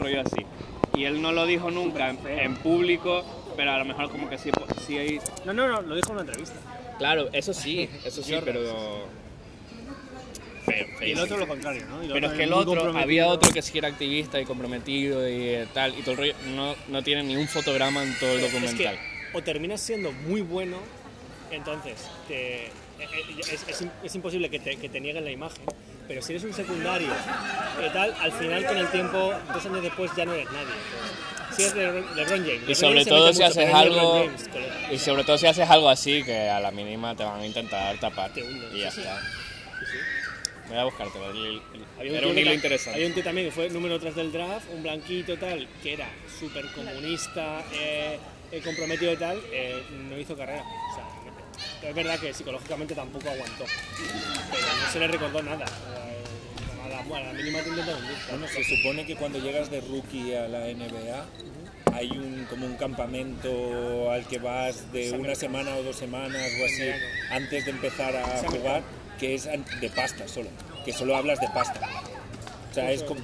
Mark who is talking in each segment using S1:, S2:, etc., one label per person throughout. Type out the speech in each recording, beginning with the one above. S1: rollo así. Y él no lo dijo nunca en, en público, pero a lo mejor como que sí, pues, sí hay...
S2: No, no, no, lo dijo en una entrevista.
S1: Claro, eso sí, eso sí, pero... pero- pero
S2: Y el
S1: sí.
S2: otro lo contrario, ¿no? Y
S1: Pero es que el
S2: muy
S1: otro,
S2: comprometido.
S1: había otro que sí era activista y comprometido y eh, tal, y todo el rollo, no, no tiene ni un fotograma en todo el documental.
S3: Eh, Es que o terminas siendo muy bueno, entonces te- eh, eh, es, es im- es imposible que te, que te nieguen la imagen. Pero si eres un secundario, eh, tal, al final con el tiempo, dos años después ya no eres nadie. Si eres Le- LeBron James.
S1: Y
S3: LeBron
S1: sobre
S3: James se
S1: todo
S3: mete
S1: si
S3: mucho,
S1: haces
S3: pero no es
S1: algo
S3: LeBron James, colega.
S1: y sobre todo si haces algo así que a la mínima te van a intentar tapar
S3: Te hunden,
S1: y ya
S3: sí, sí.
S1: está.
S3: Sí, sí.
S1: Voy a buscarte, pero el- el-
S3: Había
S1: era un
S3: tío
S1: hilo
S3: ta-
S1: interesante.
S3: Había un tío también que fue número 3 del draft, un blanquito tal, que era súper comunista, eh, eh, comprometido y tal, eh, no hizo carrera. O sea, no- es verdad que psicológicamente tampoco aguantó, pero no se le recordó nada. Eh, A la, a la mínima te intentan hundir.
S4: Bueno, se supone que cuando llegas de rookie a la NBA hay un, como un campamento al que vas de una semana o dos semanas o así antes de empezar a jugar, que es an- de pasta solo, que solo hablas de pasta. O sea, es como,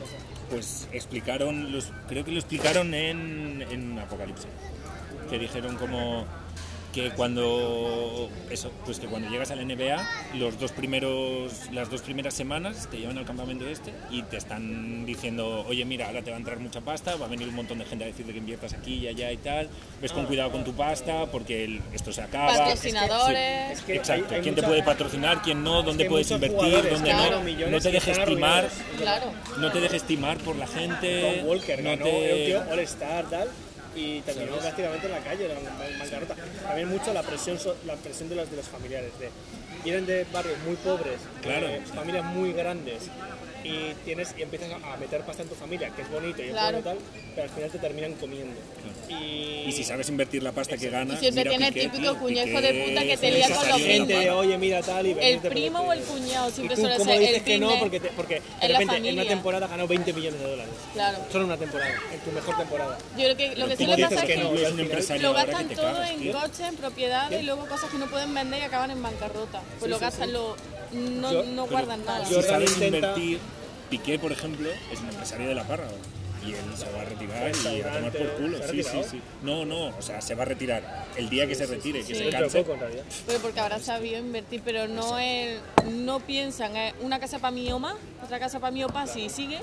S4: pues explicaron, los, creo que lo explicaron en, en Apocalipsis, que dijeron como que cuando eso pues que cuando llegas a la NBA los dos primeros las dos primeras semanas te llevan al campamento este y te están diciendo oye mira ahora te va a entrar mucha pasta va a venir un montón de gente a decirte que inviertas aquí y allá y tal ves con cuidado con tu pasta porque el- esto se acaba
S5: Patrocinadores.
S4: Sí,
S2: que hay-
S4: exacto
S2: hay
S4: quién te
S2: mucha-
S4: puede patrocinar quién no dónde
S2: hay
S4: puedes
S2: muchos
S4: invertir
S2: jugadores,
S4: dónde
S5: claro,
S4: no no
S2: millones
S4: te
S2: que
S4: dejes
S2: están
S4: timar
S2: arruinados.
S5: Claro.
S4: no te dejes timar por la gente
S2: Tom Walker
S4: no
S2: ganó,
S4: te-
S2: era un tío all-star tal, y terminó prácticamente en la calle, en en bancarrota. También mucho la presión, so- la presión de, los, de los familiares. De, vienen de barrios muy pobres,
S4: Claro.
S2: de familias muy grandes, y, tienes, y empiezas a a meter pasta en tu familia, que es bonito y es
S5: Claro.
S2: bueno tal, pero al final te terminan comiendo. Y,
S4: Y si sabes invertir la pasta que ganas.
S5: Y siempre
S4: mira
S5: tiene el
S4: Piqué,
S5: típico
S4: tío,
S5: cuñejo
S4: Piqué
S5: de puta que
S4: es
S5: te lía con
S4: necesario
S5: los
S4: de la
S2: gente de,
S4: mano.
S2: oye, mira tal, y
S5: El
S2: venirte por
S5: primo o el
S2: culo".
S5: cuñado
S2: Y
S5: siempre
S2: tú,
S5: suele
S2: ¿cómo
S5: ser
S2: dices
S5: el
S2: que no?
S5: pine.
S2: Porque, te- porque de
S5: en la
S2: repente en una
S5: familia.
S2: temporada ganó 20 millones de dólares.
S5: Claro.
S2: Solo en una temporada, en tu mejor temporada.
S5: Yo creo que lo que Pues sí
S4: Como
S5: le
S4: dices
S5: pasa
S4: que
S5: es
S4: no,
S5: que
S4: es un empresario
S5: lo
S4: ahora
S5: gastan
S4: que te
S5: todo
S4: cagas,
S5: en
S4: tío.
S5: coches, en propiedades y luego cosas que no pueden vender y acaban en bancarrota. Pues lo gastan, lo, no,
S2: Yo-
S5: no
S4: Pero
S5: guardan nada.
S4: Si
S2: Jordan
S4: sabes
S2: intenta-
S4: invertir, Piqué, por ejemplo, es un empresario de la parra. ahora. Y él se va a retirar y a tomar por culo.
S2: ¿Se ha
S4: Sí, sí,
S2: retirado?
S4: sí. No, no, o sea, se va a retirar. El día que se retire, que
S5: sí.
S4: se
S2: Pero
S4: canse.
S2: poco, en realidad.
S5: Pero Pues porque habrá sabido invertir, pero no el- no piensan, eh, una casa para mi oma, otra casa para mi opa si sigue,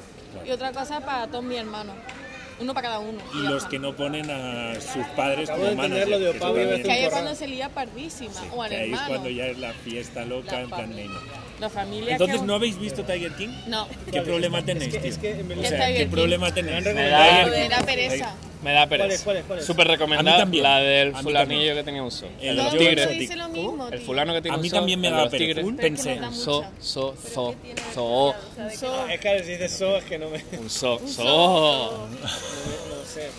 S5: y otra casa para todos mis hermanos. Uno para cada uno.
S4: Y
S5: ya
S4: los
S5: está.
S4: que no ponen a sus padres
S2: Acabo
S4: como
S2: de entender
S4: manager.
S2: lo de
S4: eso
S2: Opavio,
S4: también-
S5: Que ahí es
S2: Corral.
S5: cuando se lía pardísima,
S4: sí,
S5: o al
S4: que ahí es
S5: hermano.
S4: cuando ya es la fiesta loca
S5: La
S4: en plan
S5: familia.
S4: neno.
S5: La familia.
S4: Entonces,
S5: que-
S4: ¿no habéis visto Tiger King?
S5: No.
S4: ¿Qué problema tenéis?
S2: que-
S4: tío?
S2: es que en
S4: o
S2: verdad-
S4: sea,
S5: Tiger
S4: ¿qué
S5: King.
S4: problema
S1: Me
S4: tenéis?
S5: Lo
S1: da,
S5: de la pereza.
S1: me da pereza.
S2: ¿Cuál es, cuál es, cuál es?
S1: Súper
S4: A mí
S1: recomendada
S4: también.
S1: la
S4: A
S1: del
S4: mí
S1: fulanillo
S4: también.
S1: que tenía un zoo.
S4: El
S1: El de los
S4: Joe
S5: Todo el mundo
S1: tigres.
S5: dice lo mismo,
S1: El
S5: tío.
S1: fulano que tiene
S4: A
S1: un
S4: mí
S1: zoo.
S4: también me
S1: el de
S4: da
S1: los
S4: pereza.
S1: tigres.
S4: Un
S5: Pero es que
S4: pensé.
S5: nos da
S1: Zoo,
S5: mucha.
S1: zoo, zoo, zoo,
S2: Es que si dices so es que no me.
S1: un zoo, zoo.
S2: No sé.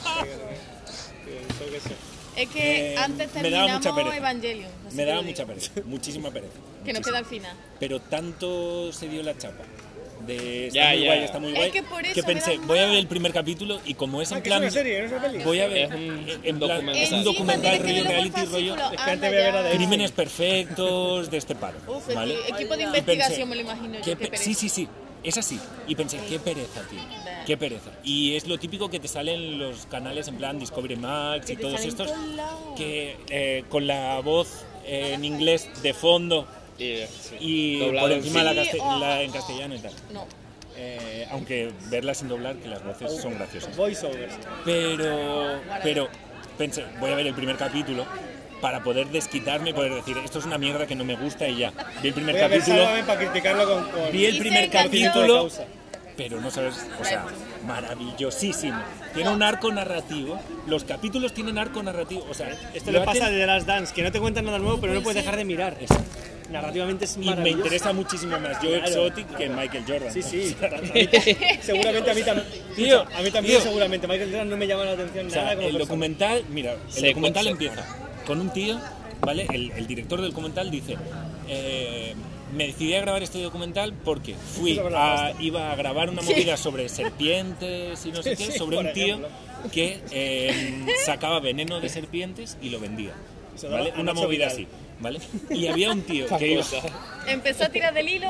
S2: Yo que sé. Ah,
S5: Es que
S4: Eh,
S5: antes
S4: me daba
S5: terminamos
S4: mucha pereza.
S5: Evangelion. así
S4: Me
S5: te lo
S4: daba
S5: digo.
S4: mucha pereza, muchísima pereza.
S5: Que nos
S4: muchísima.
S5: queda al final.
S4: Pero tanto se dio la chapa. De está
S1: Ya,
S4: muy
S1: ya.
S4: guay, está muy
S5: Es
S4: guay.
S5: que por eso me
S4: pensé,
S5: da
S4: voy a
S5: mal.
S4: ver el primer capítulo y como es en
S2: Ah, que es
S4: plan.
S2: una serie, no es una peli.
S4: Voy a
S1: Es
S4: ver eh,
S1: un
S4: en plan,
S1: documental.
S4: es un
S5: Encima
S4: documental
S5: tienes que
S4: rollo
S5: verlo por
S4: reality, rollo
S5: fascículo,
S2: Es que antes
S5: anda
S2: me era
S5: ya.
S2: de-
S4: crímenes perfectos de este paro.
S5: Uf, el
S4: ¿vale?
S5: tío- equipo de
S4: Y pensé,
S5: investigación me lo imagino
S4: qué
S5: yo. Qué
S4: pe-
S5: pereza.
S4: sí, sí, sí, es así. Y pensé, qué pereza, tío, qué pereza. Y es lo típico que te salen los canales en plan Discovery Max y
S5: te
S4: todos
S5: salen
S4: estos,
S5: por lado.
S4: que eh, con la voz eh, en inglés de fondo
S1: Y, sí.
S4: y
S1: Doblado
S4: por
S1: en
S4: encima la,
S5: Sí,
S4: caste-
S5: oh.
S4: la en castellano y tal.
S5: No.
S4: Eh, aunque verlas sin doblar, que las voces son graciosas.
S2: Voiceovers.
S5: Oh.
S4: Pero, pero pensé, voy a ver el primer capítulo para poder desquitarme y poder decir, esto es una mierda que no me gusta y ya. Vi el primer
S2: Voy a ver
S4: capítulo,
S2: Sálvame para criticarlo con. con
S4: vi el
S5: Y
S4: primer
S5: se enganchó.
S4: capítulo,
S2: Causa.
S4: pero no sabes, o sea, maravillosísimo. Tiene un arco narrativo, los capítulos tienen arco narrativo, o sea,
S2: Esto
S4: lo
S2: le pasa
S4: hacen-
S2: de las Dance, que no te cuentan nada nuevo, pero no puedes dejar de mirar. Narrativamente es
S4: y me
S2: maravilloso.
S4: interesa muchísimo más Joe
S2: Claro.
S4: Exotic que Michael Jordan.
S2: Sí, sí.
S4: O sea,
S2: A mí ta- seguramente a mí también.
S4: Tío,
S2: a mí también,
S4: tío.
S2: seguramente. Michael Jordan no me llama la atención
S4: O sea,
S2: nada como
S4: el
S2: persona.
S4: documental, mira, el
S1: Se
S4: documental
S1: conserva.
S4: empieza con un tío, ¿vale? El, el director del documental dice, eh, me decidí a grabar este documental porque fui
S2: Sobre la
S4: a, iba a grabar una movida sobre serpientes y no sé
S2: Sí,
S4: qué,
S2: sí,
S4: sobre
S2: por
S4: un tío
S2: ejemplo.
S4: que eh, sacaba veneno de serpientes y lo vendía,
S2: Y se lo daba
S4: ¿vale?
S2: a
S4: Una
S2: Nacho
S4: movida
S2: Vidal.
S4: así, ¿vale? Y había un tío que iba...
S5: Empezó a tirar del hilo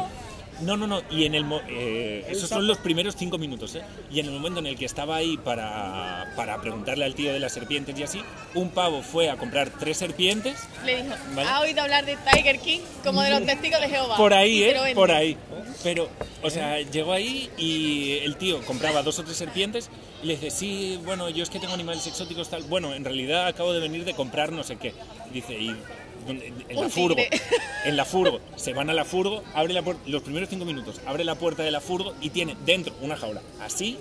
S4: No, no, no. Y en el mo- eh, esos son los primeros cinco minutos. ¿eh? Y en el momento en el que estaba ahí para, para preguntarle al tío de las serpientes y así, un pavo fue a comprar tres serpientes.
S5: Le dijo,
S4: Vale.
S5: ¿ha oído hablar de Tiger King como de los testigos de Jehová?
S4: Por ahí,
S5: Y te lo
S4: ¿eh?
S5: vende.
S4: Por ahí. Pero, o sea, llegó ahí y el tío compraba dos o tres serpientes y le dice, sí, bueno, yo es que tengo animales exóticos tal. Bueno, en realidad acabo de venir de comprar no sé qué. Dice, y ¿dónde? en la
S5: Un
S4: furgo.
S5: tigre.
S4: En la furgo. Se van a la furgo, abre la puerta, los primeros cinco minutos, abre la puerta de la furgo y tiene dentro una jaula. Así,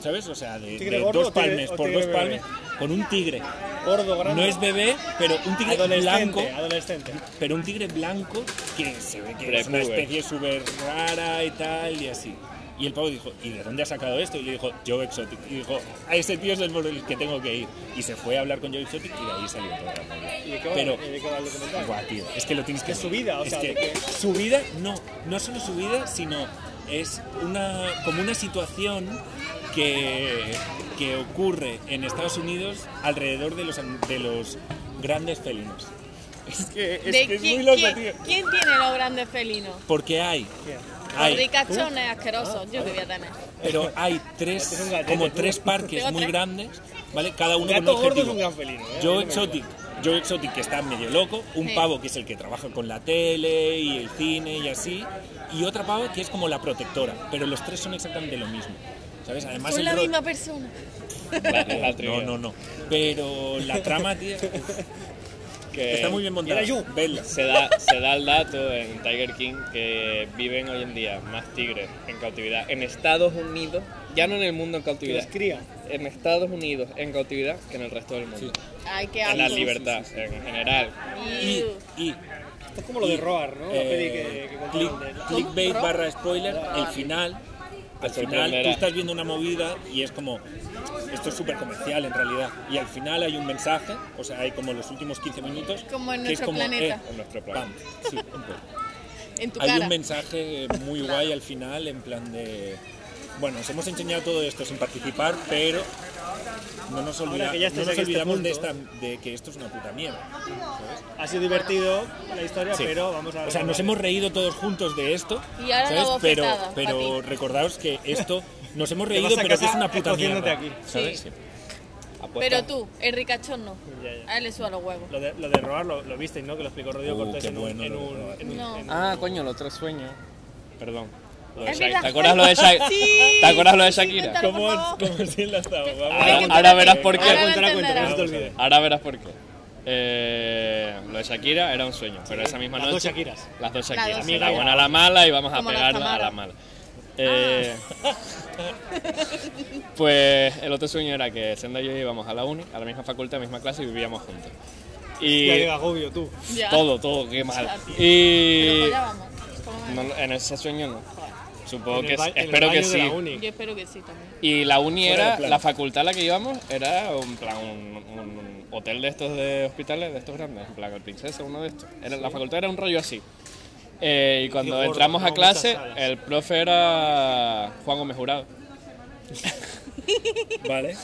S4: ¿sabes? O sea, de,
S2: ¿Tigre
S4: de
S2: gordo
S4: dos
S2: o tigre-
S4: palmes,
S2: o
S4: por
S2: tigre
S4: dos
S2: bebé?
S4: palmes, con un tigre.
S2: Gordo, grande.
S4: No es bebé, pero un tigre
S2: adolescente,
S4: blanco
S2: adolescente.
S4: pero un tigre blanco que se ve que es una
S1: Prepuber.
S4: especie súper rara y tal y así. Y el pavo dijo, ¿y de dónde has sacado esto? Y le dijo, Joe Exotic. Y dijo, a ese tío es el por el que tengo que ir. Y se fue a hablar con Joe Exotic y de ahí salió toda la movida.
S2: ¿Y de qué va,
S4: Pero,
S2: ¿Y de qué va el documental?
S4: guau, tío, es que lo tienes que
S2: De su
S4: ver.
S2: vida, o
S4: Es
S2: sea,
S4: que
S2: de que-
S4: Su vida, no, no solo su vida, sino es una, como una situación que, que ocurre en Estados Unidos alrededor de los, de los grandes felinos. Es que, es,
S5: ¿De
S4: que es muy
S5: quién,
S4: loco,
S5: quién-
S4: tío.
S5: ¿Quién tiene los grandes felinos?
S4: Porque hay,
S2: ¿Quién?
S5: Los
S4: hay,
S5: ricachones asquerosos, yo que voy a tener.
S4: pero hay tres,
S2: Es un gatete,
S4: como
S2: tú.
S4: tres parques
S5: Tengo
S4: muy
S5: tres.
S4: grandes, ¿vale? Cada uno con un
S2: Gato gordo es un
S4: objetivo.
S2: gran felino. ¿eh?
S4: Joe Exotic, Joe Exotic que está medio loco, un
S5: Sí.
S4: pavo que es el que trabaja con la tele y el cine y así, y otra pava que es como la protectora, pero los tres son exactamente lo mismo. ¿Sabes? Además
S5: Son
S4: el
S5: la
S4: ro-
S5: misma persona.
S1: La, la
S4: No,
S1: trivia.
S4: no, no. Pero la trama, tío,
S1: Que
S4: está muy bien montada.
S2: Mira, yo.
S4: Vedla.
S1: Se da, se da el dato en Tiger King que viven hoy en día más tigres en cautividad en Estados Unidos, ya no en el mundo en
S2: Que
S1: cautividad,
S2: los cría.
S1: en Estados Unidos en cautividad que en el resto del mundo.
S5: Ay, qué asco.
S1: En la libertad, en general.
S4: Y,
S5: Iu.
S4: y
S2: Esto es como lo de
S4: Y,
S2: Roar, ¿no? La
S4: eh,
S2: peli que, que
S4: click-
S2: contaron de-
S4: clickbait barra spoiler, el final. Al final tú
S1: sorprenderá.
S4: estás viendo una movida y es como, esto es súper comercial en realidad. Y al final hay un mensaje, o sea, hay como los últimos 15 minutos.
S5: Como en
S4: que es
S5: nuestro
S4: como,
S5: planeta.
S4: eh,
S1: En nuestro plan.
S4: pam, sí, un poco.
S5: En tu
S4: Hay
S5: cara.
S4: un mensaje muy guay al final, en plan de, bueno, os hemos enseñado todo esto sin participar, pero no nos, olvida-
S2: que ya estáis
S4: no
S2: aquí
S4: nos
S2: a este
S4: olvidamos de,
S2: punto.
S4: esta, de que esto es una puta mierda.
S2: Ha sido divertido la historia,
S4: Sí.
S2: pero vamos a
S4: O sea, nos hemos reído todos juntos de esto.
S5: Y ahora la
S4: Pero,
S5: bofetada, pa'
S4: pero
S5: ti.
S4: recodaos que esto nos hemos
S2: Te vas
S4: reído,
S2: a
S4: pero que es
S2: casa
S4: una puta
S2: cociéndote
S4: mierda.
S2: aquí.
S4: ¿Sabes?
S5: Sí.
S1: Apuesta.
S5: Pero tú, el ricachón no.
S2: Ya, ya.
S5: A él le suda los huevos.
S2: Lo de, lo de robar lo, lo visteis, ¿no? Que lo explicó Rodrigo
S4: Uh,
S2: Cortés
S4: qué
S2: en un...
S4: bueno
S2: en
S4: lo de
S2: un-
S4: robar.
S2: en un-
S5: No.
S2: en un-
S1: Ah, coño, el otro sueño. Perdón. Lo de
S5: Es
S1: Shak-
S5: verdad.
S1: ¿Te acuerdas lo de Shakira?
S5: Sí.
S1: ¿Te acuerdas lo de
S5: Sí,
S1: Shakira?
S5: cuéntalo, por favor.
S4: ¿Cómo se enlazaba? Vamos.
S1: Ahora,
S5: Cuéntalo,
S1: ahora
S5: que-
S1: verás por
S5: ahora
S1: qué.
S5: lo
S2: Cuenta la cuenta, que no se te
S5: entenderás.
S2: olvide.
S1: Ahora verás por qué. Eh, lo de Shakira era un sueño, pero esa misma
S2: Las dos
S1: noche.
S2: Shakiras.
S1: Las dos
S5: Las
S1: Shakiras.
S5: dos
S1: la
S5: Shakiras.
S1: buena a la mala y vamos a
S5: Como la
S1: pegarla a
S5: Tamara.
S1: la mala.
S2: Ah.
S1: Eh, pues el otro sueño era que Senda y yo íbamos a la uni, a la misma facultad, misma clase y vivíamos juntos. Y
S2: Ya llega agobio, tú.
S5: Ya.
S1: todo, todo, qué mal.
S5: Claro.
S1: Y
S5: Pero follábamos. ¿Cómo es?
S1: no, en ese sueño no. Supongo
S2: En el
S1: que
S2: ba-
S1: sí,
S2: en el
S1: espero que
S2: baño de la
S1: sí.
S2: uni.
S5: Yo espero que sí también.
S1: Y la uni
S4: Fuera de
S1: era,
S4: plan.
S1: la facultad a la que íbamos era un plan, un, un hotel de estos de hospitales, de estos grandes, en plan el Princesa, uno de estos. Era, La facultad era un rollo así. Eh, y cuando
S2: gordo,
S1: entramos a
S2: como muchas
S1: clase,
S2: salas.
S1: el profe era Juan Gómez Jurado.
S4: Vale.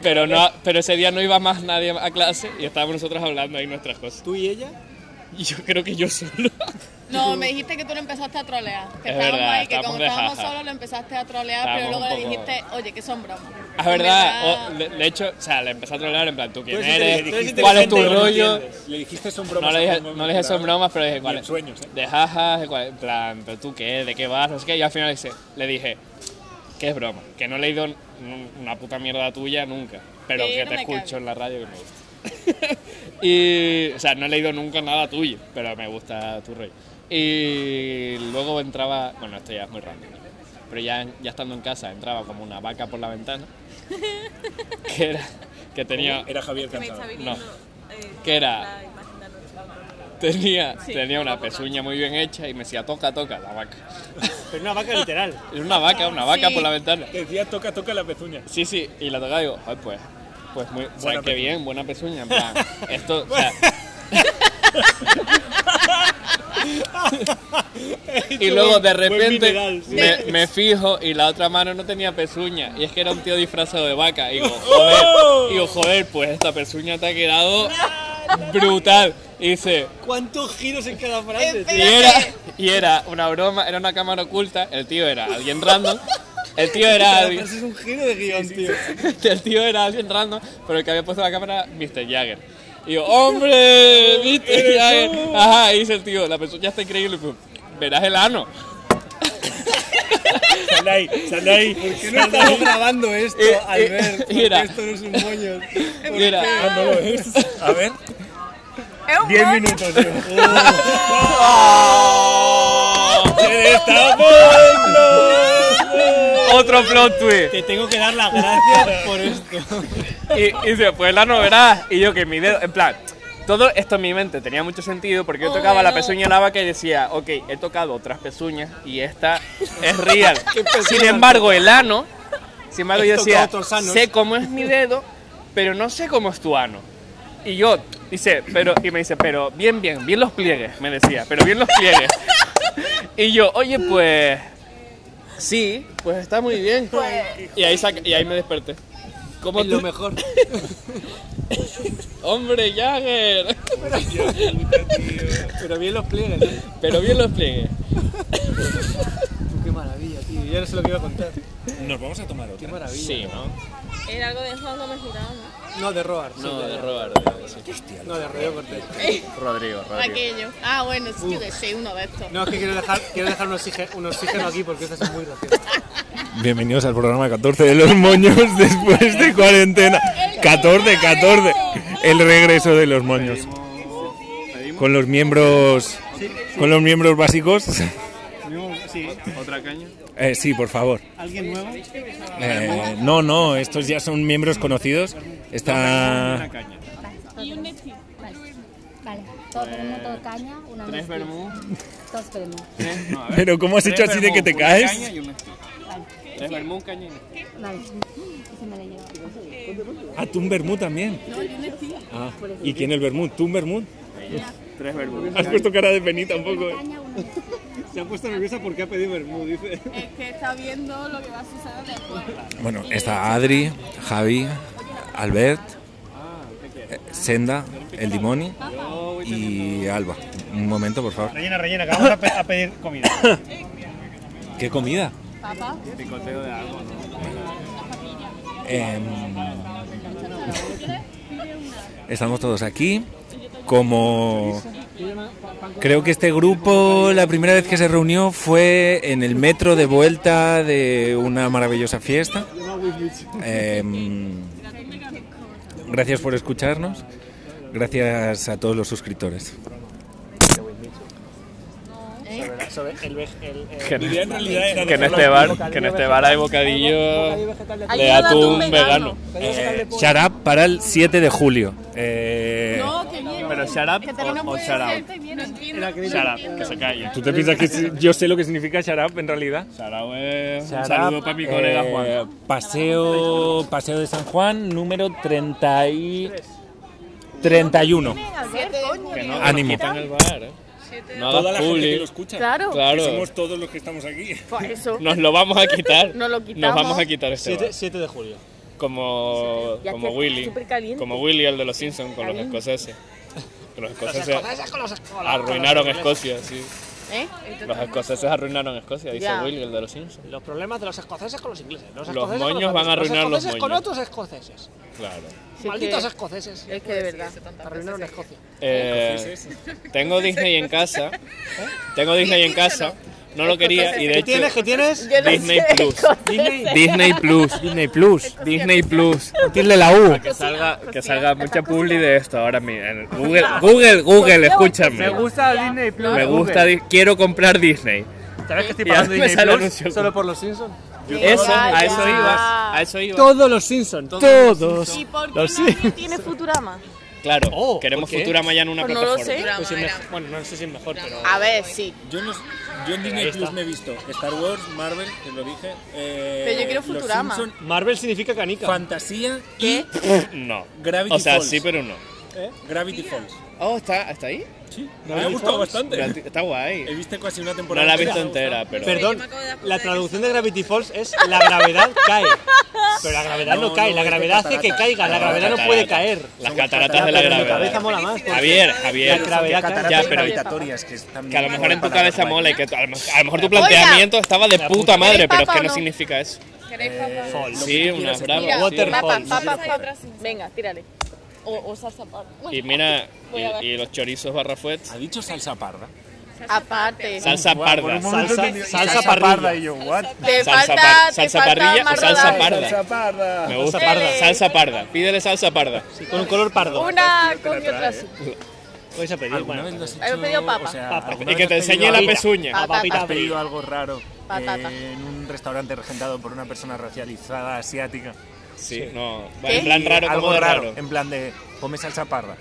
S1: Pero, no, pero ese día no iba más nadie a clase y estábamos nosotros hablando ahí nuestras cosas.
S2: Tú y ella.
S1: Y yo creo que yo solo.
S5: No, me dijiste que tú lo empezaste a trolear. Que
S1: Es
S5: estábamos
S1: verdad,
S5: ahí, que
S1: estábamos
S5: como
S1: de
S5: estábamos
S1: jaja.
S5: solos lo empezaste a trolear,
S1: Estábamos
S5: pero luego le
S1: un poco-
S5: dijiste, oye, que son bromas.
S1: Es
S5: En
S1: Ah, verdad,
S5: verdad,
S1: o- de, de hecho, o sea, le empecé a trolear en plan, ¿tú quién
S2: eres
S1: eres?
S2: inteligente, Pues tú eres
S1: ¿Cuál es tu
S2: inteligente y lo
S1: rollo?
S2: entiendes.
S4: Le dijiste son
S1: No
S4: bromas.
S1: le dije,
S4: son
S1: no le dije son bromas, pero dije,
S4: Ni
S1: ¿cuál
S4: en
S1: es?
S4: sueños, ¿eh?
S1: De jajas, de cuál- en plan, ¿pero tú qué? ¿De qué vas? No sé qué. Y al final dice- le dije, que es broma, que no he leído n- una puta mierda tuya nunca, pero
S5: Pero
S1: que te
S5: me
S1: escucho
S5: cabe.
S1: en la radio que me gusta. y, o sea, no he leído nunca nada tuyo, pero me gusta tu rey. Y luego entraba, bueno, esto ya es muy random, pero ya, ya estando en casa entraba como una vaca por la ventana, que era, que tenía,
S4: Era Javier
S6: me
S4: Cansado.
S6: está
S1: no,
S6: viniendo eh,
S1: ¿Qué era?
S6: la imagen de noche.
S1: tenía,
S5: Sí.
S1: tenía una pezuña muy bien hecha y me decía, toca, toca, la vaca.
S2: Pero una vaca literal.
S1: Era una vaca, una vaca
S5: Sí.
S1: por la ventana.
S4: Te decía toca, toca la pezuña.
S1: Sí, sí, y la tocaba y digo, "Ay, pues, pues muy, o sea,
S4: Buena
S1: qué
S4: pezuña.
S1: bien, buena pezuña, en plan, esto, o sea, y luego de
S2: Buen
S1: repente
S2: mineral, sí.
S1: me, me fijo y la otra mano no tenía pezuña, y es que era un tío disfrazado de vaca, y digo,
S4: ¡Oh!
S1: joder, y digo, joder, pues esta pezuña te ha quedado brutal. Y dice,
S3: ¿Cuántos giros en cada frase?
S1: y era, y era una broma, era una cámara oculta, el tío era alguien random, el tío era
S3: Cada
S1: alguien,
S3: frase es un giro de guión, tío.
S1: el tío era alguien random, pero el que había puesto la cámara, Mr. Jagger. Y yo, ¡hombre! ¡Mr. Jagger! Ajá, y dice el tío, la persona ya está increíble, y fue, verás el ano.
S4: Sandai, Sandai,
S3: Que no estamos grabando esto,
S1: Eh, eh,
S3: Albert. porque
S1: mira.
S3: Esto no es un moño.
S1: Y era,
S4: Ah, no lo es. A ver,
S6: Es un
S4: 10
S6: moño.
S4: minutos. ¡Se destapó el globo!
S1: otro plot twist.
S3: Te tengo que dar las gracias por esto.
S1: Y, y dice, pues la no verás. Y yo que mi dedo, en plan, todo esto en mi mente tenía mucho sentido porque yo
S5: Oh,
S1: tocaba la
S5: no.
S1: pezuña en la vaca y decía, ok, he tocado otras pezuñas y esta es real. sin embargo, el ano, sin embargo,
S3: He
S1: yo
S3: tocado
S1: decía,
S3: otros anos.
S1: sé cómo es mi dedo, pero no sé cómo es tu ano. Y yo, dice, pero, y me dice, pero bien, bien, bien los pliegues, me decía, pero bien los pliegues. y yo, oye, pues, sí, pues está muy bien. y, ahí saca- y ahí me desperté. ¿Cómo tú-
S3: mejor.
S1: ¡Hombre, Jagger!
S3: Pero bien los pliegues, ¿eh?
S1: Pero bien los pliegues.
S3: Tú, Qué maravilla, tío. Yo no sé lo que iba a contar.
S4: Nos vamos a tomar
S3: Qué
S4: otra.
S3: maravilla.
S1: ¿no?
S5: Era algo de Juan Gómez Girado, ¿no?
S3: No, de Roar. sí,
S1: No,
S3: de-
S1: de Robert. sí.
S3: No, de Rodrigo Cortés.
S1: Rodrigo, Rodrigo.
S5: Aquello. Ah, bueno, sí, yo que sé, uno de estos.
S3: No, es que quiero dejar, quiero dejar un, oxígeno, un oxígeno aquí porque estas son muy graciosas.
S4: Bienvenidos al programa 14 de los moños después de cuarentena. 14, 14. El regreso de los moños. Con los miembros. Con los miembros básicos.
S1: ¿Otra caña?
S4: Eh, sí, por favor.
S2: ¿Alguien nuevo?
S4: Eh, no, no, estos ya son miembros conocidos.
S2: Ah,
S4: Está.
S1: caña.
S5: Y un Netflix.
S7: Vale, todos tenemos dos cañas, una
S1: Tres
S7: Nesquik,
S1: vermú.
S7: dos vermú.
S1: Tres, no, a ver.
S4: Pero ¿cómo has hecho
S1: Tres
S4: así de que te
S1: vermú, una caña
S4: caes?
S1: y un esquí. Tres vermú, caña y un esquí.
S7: Vale, ese me lo llevo.
S4: Ah, tú un vermú también. Ah, ¿y quién el vermú? ¿Tú un vermú?
S1: Tres vermú.
S4: Has puesto cara de penita un poco. eh.
S7: Caña, una Nesquik.
S3: Se ha puesto nerviosa porque ha pedido vermú, dice.
S5: Es que está viendo lo que va a suceder después.
S4: Bueno, está Adri, Javi, Albert, eh, Senda, El Dimoni y Alba. Un momento, por favor.
S2: Rellena, rellena, que vamos a, pe- a pedir comida.
S4: ¿Qué comida?
S5: Papá,
S1: Picoteo de algo, ¿no?
S4: Em, estamos todos aquí. Como creo que este grupo la primera vez que se reunió fue en el metro de vuelta de una maravillosa fiesta. Em, gracias por escucharnos. Gracias a todos los suscriptores.
S2: Sobre el, vej- el, el-
S1: Que,
S4: en realidad era
S1: que en este bar, que en este bar hay bocadillo de atún vegano.
S4: Eh, Shut Up para el 7 de julio. Eh,
S5: No, que viene.
S1: Pero shut up
S5: que te
S1: o-
S5: lo
S1: o
S5: puedes
S1: shout
S5: decir,
S1: out.
S5: te viene.
S1: Shut up, que se calle.
S4: ¿Tú te piensas que si- yo sé lo que significa Shut Up en realidad?
S1: Sarau, eh, un
S4: Sarap,
S1: saludo para mi colega
S4: eh,
S1: Juan.
S4: Paseo, paseo de San Juan, número 30 y 31.
S1: Que no, que
S4: Ánimo.
S1: nos quitan el bar, eh. No hagas publi.
S4: escucha.
S6: Claro.
S1: Claro,
S4: todos los que estamos aquí.
S6: Por eso.
S1: nos lo vamos a quitar.
S6: Nos lo
S1: Nos
S6: quitamos.
S1: vamos a quitar este bar.
S2: 7, 7 de julio.
S1: como,
S6: Ya
S1: como
S6: está
S1: Willy,
S6: supercaliente.
S1: como Willy el de los Simpsons con los
S6: Caliente.
S1: escoceses. Que los escoceses arruinaron Escocia, sí.
S6: ¿Eh?
S1: Los escoceses arruinaron Escocia, dice
S6: Ya.
S1: Willy el de los Simpsons.
S2: Los problemas de los escoceses con los ingleses. Los,
S1: Los
S2: escoceses con
S1: moños van a
S2: franceses,
S1: arruinar los
S2: escoceses
S1: moños.
S2: con otros escoceses.
S1: Claro.
S6: Sí,
S2: Malditos
S6: que-
S2: escoceses.
S6: es que de verdad.
S2: Arruinaron Escocia.
S1: Eh, tengo Disney en casa. Tengo Disney en casa. No lo quería y de
S2: ¿Qué tienes?
S1: hecho
S2: ¿Qué tienes?
S6: Yo no
S1: Disney
S6: sé
S1: Plus.
S6: cosas.
S1: Disney Plus, Disney Plus, Disney Plus.
S4: Tilde la U.
S1: Que salga,
S6: pues
S5: pues,
S1: que salga mucha publi de esto ahora mismo. en Google, Google, Google, escúchame. Me gusta Disney Plus. Me gusta, Di- quiero comprar Disney.
S2: ¿Sabes que estoy
S1: Y ahora me sale anuncio.
S2: solo por los Simpsons?
S1: Eso, a
S6: Ya.
S1: eso iba, a eso iba.
S2: Todos los Simpsons. Todos.
S5: ¿Y por qué nadie tiene Futurama?
S1: Claro,
S2: Oh,
S1: queremos
S2: ¿por qué?
S1: Futurama ya en una
S6: Pues no lo
S1: plataforma.
S6: sé.
S2: Bueno, no sé si es mejor, pero.
S6: A ver, sí.
S4: Yo, no- yo en Disney Plus me he visto Star Wars, Marvel, que lo dije. eh,
S6: Pero yo quiero
S4: Los
S6: Futurama.
S4: Simpson,
S2: Marvel significa canica.
S4: Fantasía y
S6: ¿Qué?
S1: No.
S4: Gravity
S1: O sea,
S4: Falls.
S1: sí, pero no.
S4: Gravity Falls.
S1: Oh, ¿está, está ahí?
S4: Sí, me ha gustado
S1: Gravity-
S4: bastante.
S1: Está
S4: He
S1: guay.
S4: visto casi una
S1: No
S4: temporada.
S1: la he visto entera, pero...
S8: Yo
S2: Perdón,
S8: me acabo de dar cuenta
S2: la
S8: de que
S2: traducción de Gravity Falls es la gravedad cae. Pero la gravedad no,
S9: No,
S2: cae,
S9: no,
S2: la
S9: es de
S2: gravedad hace que
S9: cataratas.
S2: caiga, la
S1: No,
S2: gravedad no
S1: cataratas.
S2: puede caer.
S1: Las
S9: Son
S1: cataratas de la
S2: Pero en mi cabeza
S1: gravedad.
S2: mola más. porque-
S1: Javier,
S2: La
S1: Javier.
S2: gravedad cae.
S1: Ya,
S9: Cataratas
S1: pero-
S9: gravitatorias, que es también
S1: Que a lo mejor en tu
S9: palabra
S1: cabeza
S9: guay.
S1: mola y que a lo, mejor- a lo mejor tu planteamiento estaba de puta madre, pero es que no significa eso.
S8: ¿Queréis papas?
S9: Fall.
S1: Sí, una
S5: Mira,
S1: brava. sí.
S2: Waterfall.
S5: papa, papa,
S8: Hay
S5: papa.
S8: otras
S5: Venga, tírale. O, o salsa papa.
S1: Y mira,
S5: Voy a ver.
S1: y, y los chorizos barrafuet,
S4: ¿Ha dicho salsa parda?
S5: Aparte.
S1: salsa
S9: Guau, por
S1: parda.
S9: un momento
S2: Salsa-
S9: entendí-
S2: salsa parrilla.
S9: parda. Y yo, what?
S5: Te
S1: Salsa
S5: falta,
S1: par-
S5: te
S1: salsa
S5: falta
S1: parrilla o
S5: más
S1: salsa
S5: rodaje.
S1: parda.
S9: Salsa parda.
S1: Me gusta.
S5: Salsa parda.
S1: Salsa parda. Pídele salsa parda.
S2: Sí, con un color pardo.
S5: Una con y otra sí.
S2: Vais a pedir,
S4: ¿Alguna vez
S2: bueno.
S4: lo has
S5: He
S4: hecho-
S5: pedido papa.
S9: O sea,
S2: Papa.
S9: ¿alguna
S1: Y que
S9: vez
S1: te
S9: has pedido
S1: enseñe la
S9: algo-
S1: pezuña.
S5: Patata.
S9: ¿Has pedido algo raro
S5: Patata.
S9: eh, en un restaurante regentado por una persona racializada asiática?
S1: Sí, no.
S5: ¿Qué?
S1: En plan raro,
S9: algo
S1: como de
S9: raro,
S1: raro.
S9: en plan de come salsa parda.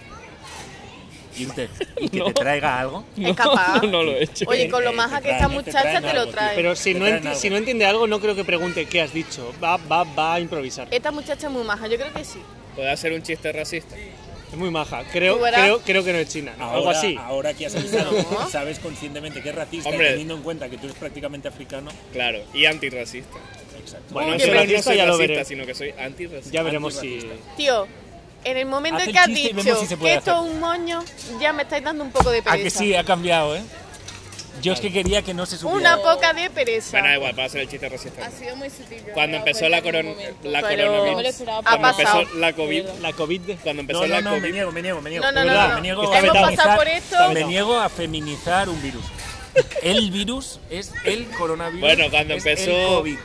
S9: Y usted, ¿y que te traiga algo?
S1: No,
S5: Escapado.
S1: no lo he hecho.
S5: Oye, con lo maja que esta muchacha te lo trae.
S2: Pero si
S9: Te
S2: no,
S9: traen
S2: enti-
S9: algo.
S2: si no entiende algo, no creo que pregunte qué has dicho. Va, va, va a improvisar.
S5: Esta muchacha es muy maja, yo creo que sí.
S1: ¿Puede hacer un chiste racista?
S2: Es muy maja. Creo,
S5: Tú verás.
S2: creo, creo que no es china. ¿no? Algo
S4: Ahora,
S2: así.
S4: ahora que has avisado, sabes conscientemente que es racista, y
S1: Hombre.
S4: teniendo en cuenta que tú eres prácticamente africano.
S1: Claro, y antirracista.
S4: Exacto.
S2: Bueno,
S1: no
S5: Oye,
S1: solo
S5: pero
S1: no
S2: esto
S1: soy
S2: ya lo
S1: racista,
S2: veremos.
S1: sino que soy antirracista.
S2: Ya veremos si.
S5: Tío, en el momento
S4: Haz
S5: en
S4: el
S5: que has
S4: chiste y vemos
S5: dicho
S4: si se puede
S5: que esto
S4: hacer.
S5: es un moño, ya me estáis dando un poco de
S4: A que
S5: pereza.
S4: sí, ha cambiado, ¿eh? Yo es que quería que no se supiera.
S5: Una poca de pereza.
S1: Bueno, da igual, puede hacer el chiste
S5: Ah,
S1: racista.
S8: Ha sido muy sutil. yo me
S1: Cuando
S8: he dado
S1: empezó la,
S8: cuenta en
S1: coron
S8: un momento.
S1: la
S5: Pero-
S8: No me lo
S1: coronavirus,
S8: esperaba.
S1: cuando
S5: Ha pasado.
S1: empezó la COVID,
S2: La COVID. de-
S1: cuando empezó
S9: No, no,
S1: la
S9: no, me
S1: COVID,
S9: niego, me niego, me niego.
S5: No, no, no,
S2: ¿Verdad?
S5: no,
S4: Me niego,
S5: no.
S4: a
S5: Hemos
S2: vetado.
S5: pasado por esto.
S4: me niego a feminizar un virus. El virus es el coronavirus.
S1: Bueno, cuando
S4: es
S1: empezó-
S4: El COVID.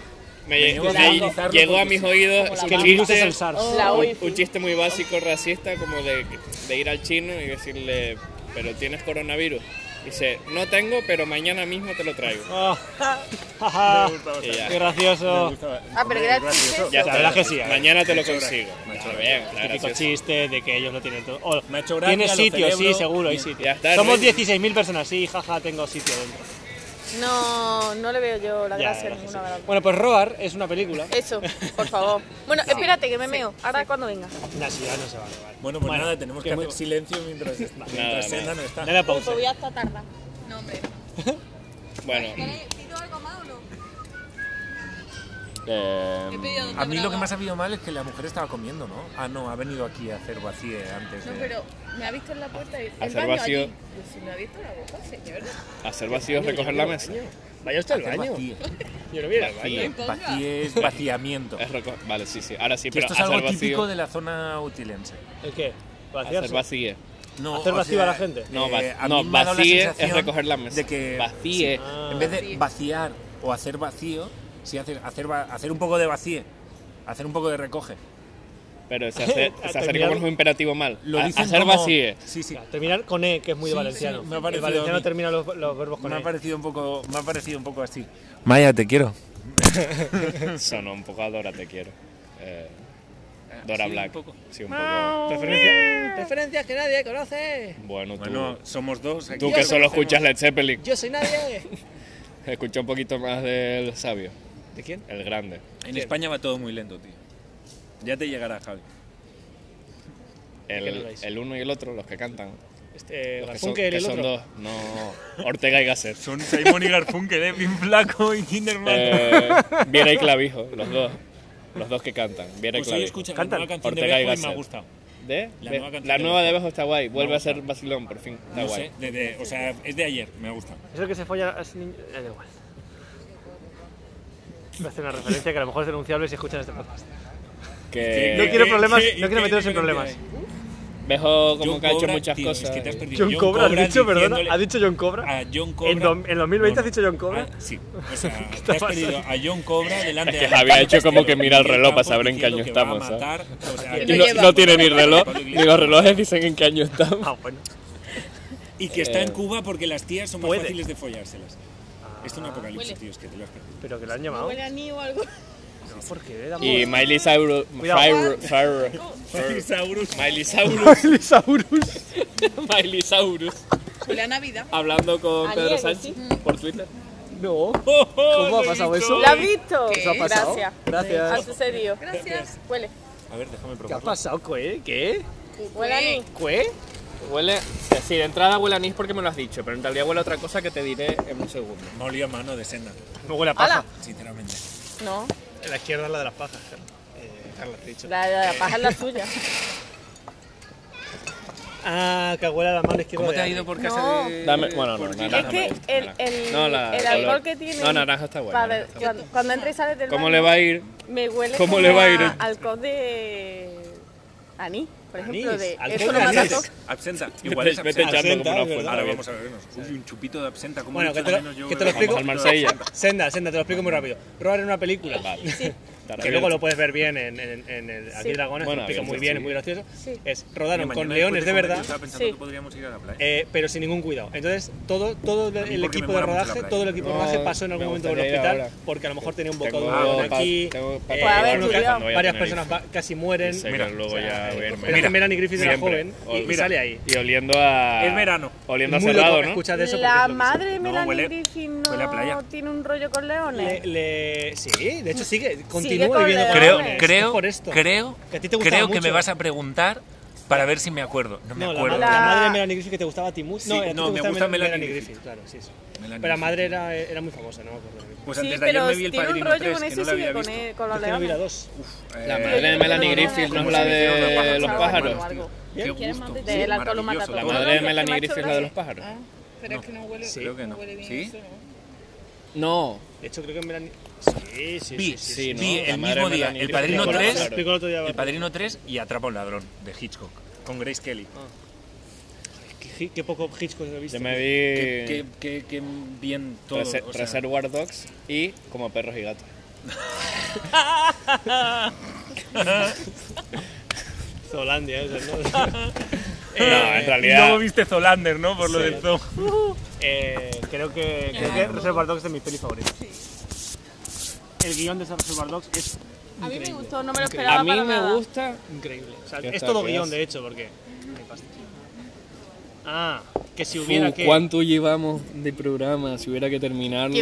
S1: me-
S4: Me niego a
S1: me-
S4: analizarlo
S1: llegó a
S4: porque
S1: mis
S4: sí.
S1: oídos
S2: Es
S1: un
S2: que el virus es
S1: chiste-
S2: el SARS.
S5: La
S1: un,
S5: wifi.
S1: un chiste muy básico racista como de, de ir al chino y decirle, pero tienes coronavirus. Dice, no tengo, pero mañana mismo te lo traigo.
S2: Ah, jaja,
S1: Y ya.
S2: ¡Qué gracioso!
S5: Ah, pero era chiste.
S1: Ya está.
S2: La verdad que
S9: eh.
S2: sí, a ver.
S1: Mañana te lo consigo. Está bien, claro,
S2: Típico
S1: sí, sí.
S2: chiste de que ellos no tienen todo. Oh,
S4: Me ha hecho gracia,
S2: Tienes
S4: lo
S2: sitio, sí,
S4: celebro.
S2: seguro, hay
S4: Ya
S2: sitio.
S1: está,
S2: Somos
S1: Rey.
S2: 16.000 personas, sí, jaja, tengo sitio dentro.
S5: No, no le veo yo la
S2: Ya,
S5: gracia
S2: gracias.
S5: ninguna. ¿verdad?
S2: Bueno, pues Roar es una película.
S5: Eso, por favor. Bueno, espérate que me meo. Ahora cuando venga.
S2: Nah, sí, ya no se va a robar.
S4: Bueno, pues nada, tenemos que, hacer
S2: muy-
S4: silencio mientras, mientras
S1: nada.
S4: Senda no está.
S2: Dale a pausa.
S5: hasta tarda.
S8: No, hombre.
S1: Bueno,
S8: ¿Pido algo más o no?
S1: eh,
S8: He pedido
S9: A mí lo que
S8: más
S9: más ha habido mal es que la mujer estaba comiendo, ¿no? Ah, no, ha venido aquí a hacer vacíe antes
S8: No,
S9: de...
S8: pero me ha visto en la puerta y el
S1: Hacer
S8: baño
S1: vacío.
S8: allí. Yo, si me ha visto en la boca, señor.
S1: hacer vacíos, recoger la mesa.
S2: Vaya usted al
S9: hacer
S2: baño.
S9: vacíe.
S2: Yo no voy a ir al
S1: Vacío.
S2: baño.
S9: Vacíe es vaciamiento.
S1: Es reco- Vale, sí, sí. Ahora sí,
S9: Que
S1: pero
S9: esto es algo
S1: hacer
S9: típico
S1: vacío.
S9: de la zona utilense.
S2: ¿El qué?
S1: Hacer
S2: ¿Vaciarse?
S1: vacío.
S9: No,
S2: ¿Hacer
S9: o
S2: vacío
S9: sea,
S2: a la gente?
S1: No,
S9: eh,
S1: vac-
S9: a
S1: no
S9: mí me ha dado la
S1: vacíe es
S9: sensación
S1: recoger la mesa.
S9: De que
S1: Vacíe.
S2: Ah,
S9: en vez de vaciar o hacer vacío, sí hacer, hacer, va- hacer un poco de vacíe, hacer un poco de recoge.
S1: Pero se hace,
S2: Ha
S1: se hace
S2: terminado.
S1: como un imperativo mal.
S9: Lo
S1: Ha-
S9: dicen
S1: hacer
S9: como-
S1: vacíe.
S9: Sí, sí.
S2: Ya, Terminar con E, que es muy
S9: Sí,
S2: valenciano.
S9: sí, me ha
S2: el
S9: parecido a
S2: valenciano
S9: mí.
S2: termina los, los verbos con
S9: Me ha
S2: E.
S9: parecido un poco, me ha parecido un poco así. Maya, te quiero.
S1: Sonó un poco a Dora, te quiero. Eh,
S4: Ah,
S1: Dora Black. Sí, un poco.
S2: Referencia.
S10: Referencias que nadie conoce.
S1: Bueno, tú,
S9: Bueno, somos dos aquí.
S1: tú que solo escuchas Led Zeppelin.
S10: Yo soy nadie.
S1: Escucha un poquito más del sabio,
S10: ¿De quién?
S1: el grande.
S4: En España va todo muy lento, tío. Ya te llegará, Javi.
S1: El,
S2: ¿De qué habláis?
S1: el uno y el otro, los que cantan.
S2: Este,
S1: Los que son,
S2: Garfunkel,
S1: que
S2: el
S1: son
S2: otro.
S1: dos. No, Ortega y Gasset.
S9: Son Simon y Garfunkel, ¿eh? Pin Flaco y Kinderman.
S1: Eh, Viera y Clavijo, los dos. Los dos que cantan, Viera y
S4: Pues hoy
S1: Clavijo.
S4: escucha la
S2: Cantan.
S4: nueva canción
S1: Ortega y
S4: de Bejo y me
S1: Gasset.
S4: ha gustado.
S1: ¿De?
S4: La
S1: Ve-
S4: nueva canción
S1: La
S4: de
S1: nueva de
S4: Bejo.
S1: Bejo está guay, vuelve
S4: Me
S1: a ser vacilón, por fin. Está
S4: No
S1: guay.
S4: sé, de- de- o sea, es de ayer, me ha gustado.
S2: Es el que se folla. Es niño. eh, da igual. Voy a hacer una referencia que a lo mejor es denunciable si escuchan este podcast.
S1: Que
S2: No quiero
S4: ¿Qué-
S2: problemas, no
S4: qué- qué
S2: quiero meteros en
S4: diferencia
S2: problemas.
S4: hay?
S1: Bejo como
S4: John
S1: que ha hecho
S4: Cobra,
S1: muchas
S4: tío,
S1: cosas. eh.
S4: Es que te has perdido.
S2: John Cobra, Ah, ¿has dicho, perdona?
S4: diciéndole
S2: ¿Ha dicho John Cobra?
S4: A John
S2: En
S4: Cobra.
S2: dom- en 2020 has dicho John Cobra.
S4: Ah, sí, o sea, te has perdido a John Cobra delante
S1: Es
S4: de
S1: que
S4: Alberto
S1: Javi ha hecho como
S4: Costello,
S1: que mira el
S4: Miguel
S1: reloj para
S4: Campos
S1: saber en qué año
S4: diciendo que va a
S1: estamos, ¿sabes?
S4: matar, o sea,
S1: Y
S4: que-
S1: no,
S8: lleva.
S1: no tiene ni reloj,
S4: Pablo
S1: ni los relojes dicen en qué año estamos.
S2: Ah, bueno.
S4: Y que está en
S1: Eh,
S4: Cuba porque las tías son más
S2: puede.
S4: fáciles de follárselas. Esto es un apocalipsis,
S8: Huele.
S4: tío, es que te lo has perdido.
S2: Pero que lo han llamado.
S8: Huele a ni o algo.
S2: ¿Por qué? Da
S1: Y Miley Cyrus.
S2: Cuidado.
S1: Cyrus- Cyrus- Cyrus-
S4: Saurus.
S1: Miley Cyrus.
S2: Saurus.
S1: Miley Cyrus.
S8: Huele a Navidad.
S1: Hablando con
S5: Ayer,
S1: Pedro Sánchez
S6: Mm.
S1: por Twitter. ¡Oh,
S2: No. ¿Cómo ha pasado eso?
S5: ¿La has visto?
S8: ¿Qué? ¿Os ha
S2: pasado?
S5: Gracias.
S2: Gracias.
S5: Ha sucedido.
S8: Gracias.
S5: Huele.
S4: A ver, déjame
S2: ¿Qué ha
S4: probar.
S2: pasado, Coe? ¿Qué?
S5: Huele a mí.
S2: ¿Cue?
S1: Huele, sí, de entrada huele a anís porque me lo has dicho, pero en realidad huele a otra cosa que te diré en un segundo.
S4: No olía mano de senda,
S2: No huele a
S6: ¡Hala!
S2: paja.
S4: sinceramente.
S6: No,
S2: La izquierda es la de las pajas, Carla. Eh, Carla, te he dicho.
S6: la, la paja es la suya.
S2: Ah, que huele a la mano izquierda.
S4: ¿Cómo te
S2: de
S4: ha ido
S2: Adri.
S4: por casa
S6: No.
S4: de.?
S1: Dame, bueno, no, naranja
S6: Es que
S1: me gusta,
S6: el,
S1: naranja.
S6: el,
S1: No, la-
S6: el
S1: la-
S6: alcohol que tiene.
S1: No, naranja está buena.
S6: para
S1: naranja
S6: ver,
S1: está
S6: cuando, cuando entra y sale del
S1: buena. ¿Cómo
S6: baño,
S1: le va a ir?
S6: Me huele
S1: cómo
S6: como
S1: le va a
S6: a
S1: ir el-
S6: alcohol de. anís, por ejemplo.
S2: Anís,
S6: de,
S2: alcohol
S6: eso lo
S2: de
S6: mata
S2: anís.
S6: todo.
S4: Absenta. Igual
S1: Vete,
S4: es
S1: vete
S4: absenta.
S1: echando
S2: Absenta,
S1: como una
S2: es verdad.
S1: fuente.
S4: Ahora vamos a vernos. Uy, un chupito de absenta. Como
S2: Bueno,
S4: mucho
S2: que te lo-
S4: menos yo
S2: que te lo
S4: bebo.
S2: explico.
S1: Vamos al Marsella.
S2: Senda, senda, te lo explico muy rápido. Robar en una película.
S1: Vale. Estará
S2: Que luego
S1: bien.
S2: lo puedes ver bien en, en- en el Aquí
S6: Sí.
S2: Dragones,
S1: Bueno,
S2: lo explica
S1: bien,
S2: muy
S1: sí.
S2: bien, es muy gracioso.
S6: Sí.
S2: Es
S4: Mira,
S2: rodaron
S4: mañana
S2: con
S4: después
S2: leones de
S4: comer,
S2: verdad.
S4: Yo estaba pensando
S6: Sí.
S4: que podríamos ir a la playa.
S2: Eh, pero sin ningún cuidado. Entonces, todo, todo el,
S4: A mí
S2: el
S4: porque me
S2: equipo de
S4: mola mucho la
S2: rodaje,
S4: playa.
S2: todo el equipo de
S1: No,
S2: rodaje pasó en algún
S1: me
S2: momento por el
S1: gustaría ir
S2: hospital
S1: ahora.
S2: porque a lo mejor tenía un
S1: Tengo
S2: bocado de
S1: pa-
S2: algodón aquí.
S1: tengo pa-
S2: eh,
S6: Pues a ver,
S2: uno ca-
S6: Julián.
S1: Cuando vaya a
S2: varias
S1: Tenerife.
S2: personas va- casi mueren.
S1: Sí,
S4: Mira,
S1: luego ya a verme.
S2: Pero es que Melanie Griffith era
S1: Siempre.
S2: joven y, y
S1: Mira.
S2: sale ahí.
S1: Y oliendo a.
S4: Es verano.
S1: Oliendo a
S2: Muy
S1: cerrado,
S2: loco,
S1: ¿no?
S2: escuchad eso porque
S6: La
S2: es lo que
S6: madre de
S4: No,
S6: Melanie
S4: huele-
S6: Griffin
S4: huele a playa.
S6: no tiene un rollo con
S2: Le,
S6: leones.
S2: le- sí, de hecho sigue,
S6: Sigue
S2: continúa
S6: con
S2: viviendo con
S6: Creo-
S2: leones.
S6: creo-
S2: Es por esto. Que a ti te gustaba
S4: creo que
S2: mucho.
S4: me vas a preguntar para ver si me acuerdo. No me
S2: No, la,
S4: acuerdo.
S2: ma- la
S6: La-
S2: madre de Melanie Griffith que te gustaba a ti mucho.
S4: Sí,
S2: no, a ti
S4: no,
S2: te
S4: me gusta
S2: Mel-
S4: Melanie
S2: Griffith.
S4: Griffith.
S2: claro, sí, sí.
S4: Melanie
S2: Pero la madre
S4: Griffith.
S2: era, era muy famosa, no me acuerdo.
S4: Pues
S6: Sí,
S4: antes de ayer
S6: pero
S4: me vi el
S6: tiene un
S4: padrino
S6: rollo
S4: 3, que
S6: con
S4: no
S6: eso
S4: la
S6: y sigue
S4: había
S6: con,
S4: visto.
S6: el- con los
S2: Yo es que no vi la
S6: leones.
S2: 2.
S4: Eh,
S1: La madre de Melanie Griffith no es la de los pájaros.
S4: Qué
S6: ¿Quieres más
S4: gusto.
S6: de- del alcohol lo mata
S4: maravilloso,
S1: La
S6: todo?
S4: verdad.
S1: madre de
S6: no,
S1: Melanie
S6: que me ha
S1: Griffith es
S6: hecho
S1: la de los
S6: gracia.
S1: pájaros.
S6: Ah, Pero es que no huele,
S4: Sí. Creo que no. huele bien ¿Sí? eso,
S1: No.
S2: De hecho, creo que Melanie. Sí, sí,
S4: Vi,
S2: sí, sí.
S1: Sí, ¿no?
S4: vi
S1: La
S4: el
S1: madre
S4: mismo
S1: de
S4: día
S1: Melanie
S4: El
S1: Griffith.
S4: Padrino
S2: Lo
S1: Con la-
S4: 3,
S2: explicó el otro día.
S4: El Padrino 3 y Atrapa a un ladrón de Hitchcock con Grace Kelly.
S2: Qué, qué poco Hitchcock he visto.
S1: Yo me
S4: Qué,
S1: vi.
S4: qué- qué- qué bien todo.
S1: Rese-
S4: o sea,
S1: Reservoir Dogs y como perros y gatos.
S2: Zolandia, eso, ¿eh? ¿no?
S1: No, en realidad.
S4: Luego viste Zolander, ¿no? Por lo del zoo.
S2: eh, creo que, creo que Reservoir
S3: este
S2: Dogs es de mis pelis favoritas. El guión de esa Reservoir Dogs es
S5: A mí me gustó, no me lo esperaba.
S1: a mí
S5: para
S1: me
S5: nada.
S1: gusta.
S2: increíble. O sea,
S1: Ya
S2: es
S1: está,
S2: todo
S1: ¿qué
S2: guión,
S1: haces?
S2: de hecho, porque. Ah, que si hubiera
S1: Fu,
S2: que.
S1: ¿Cuánto llevamos de programa? Si hubiera que terminarlo.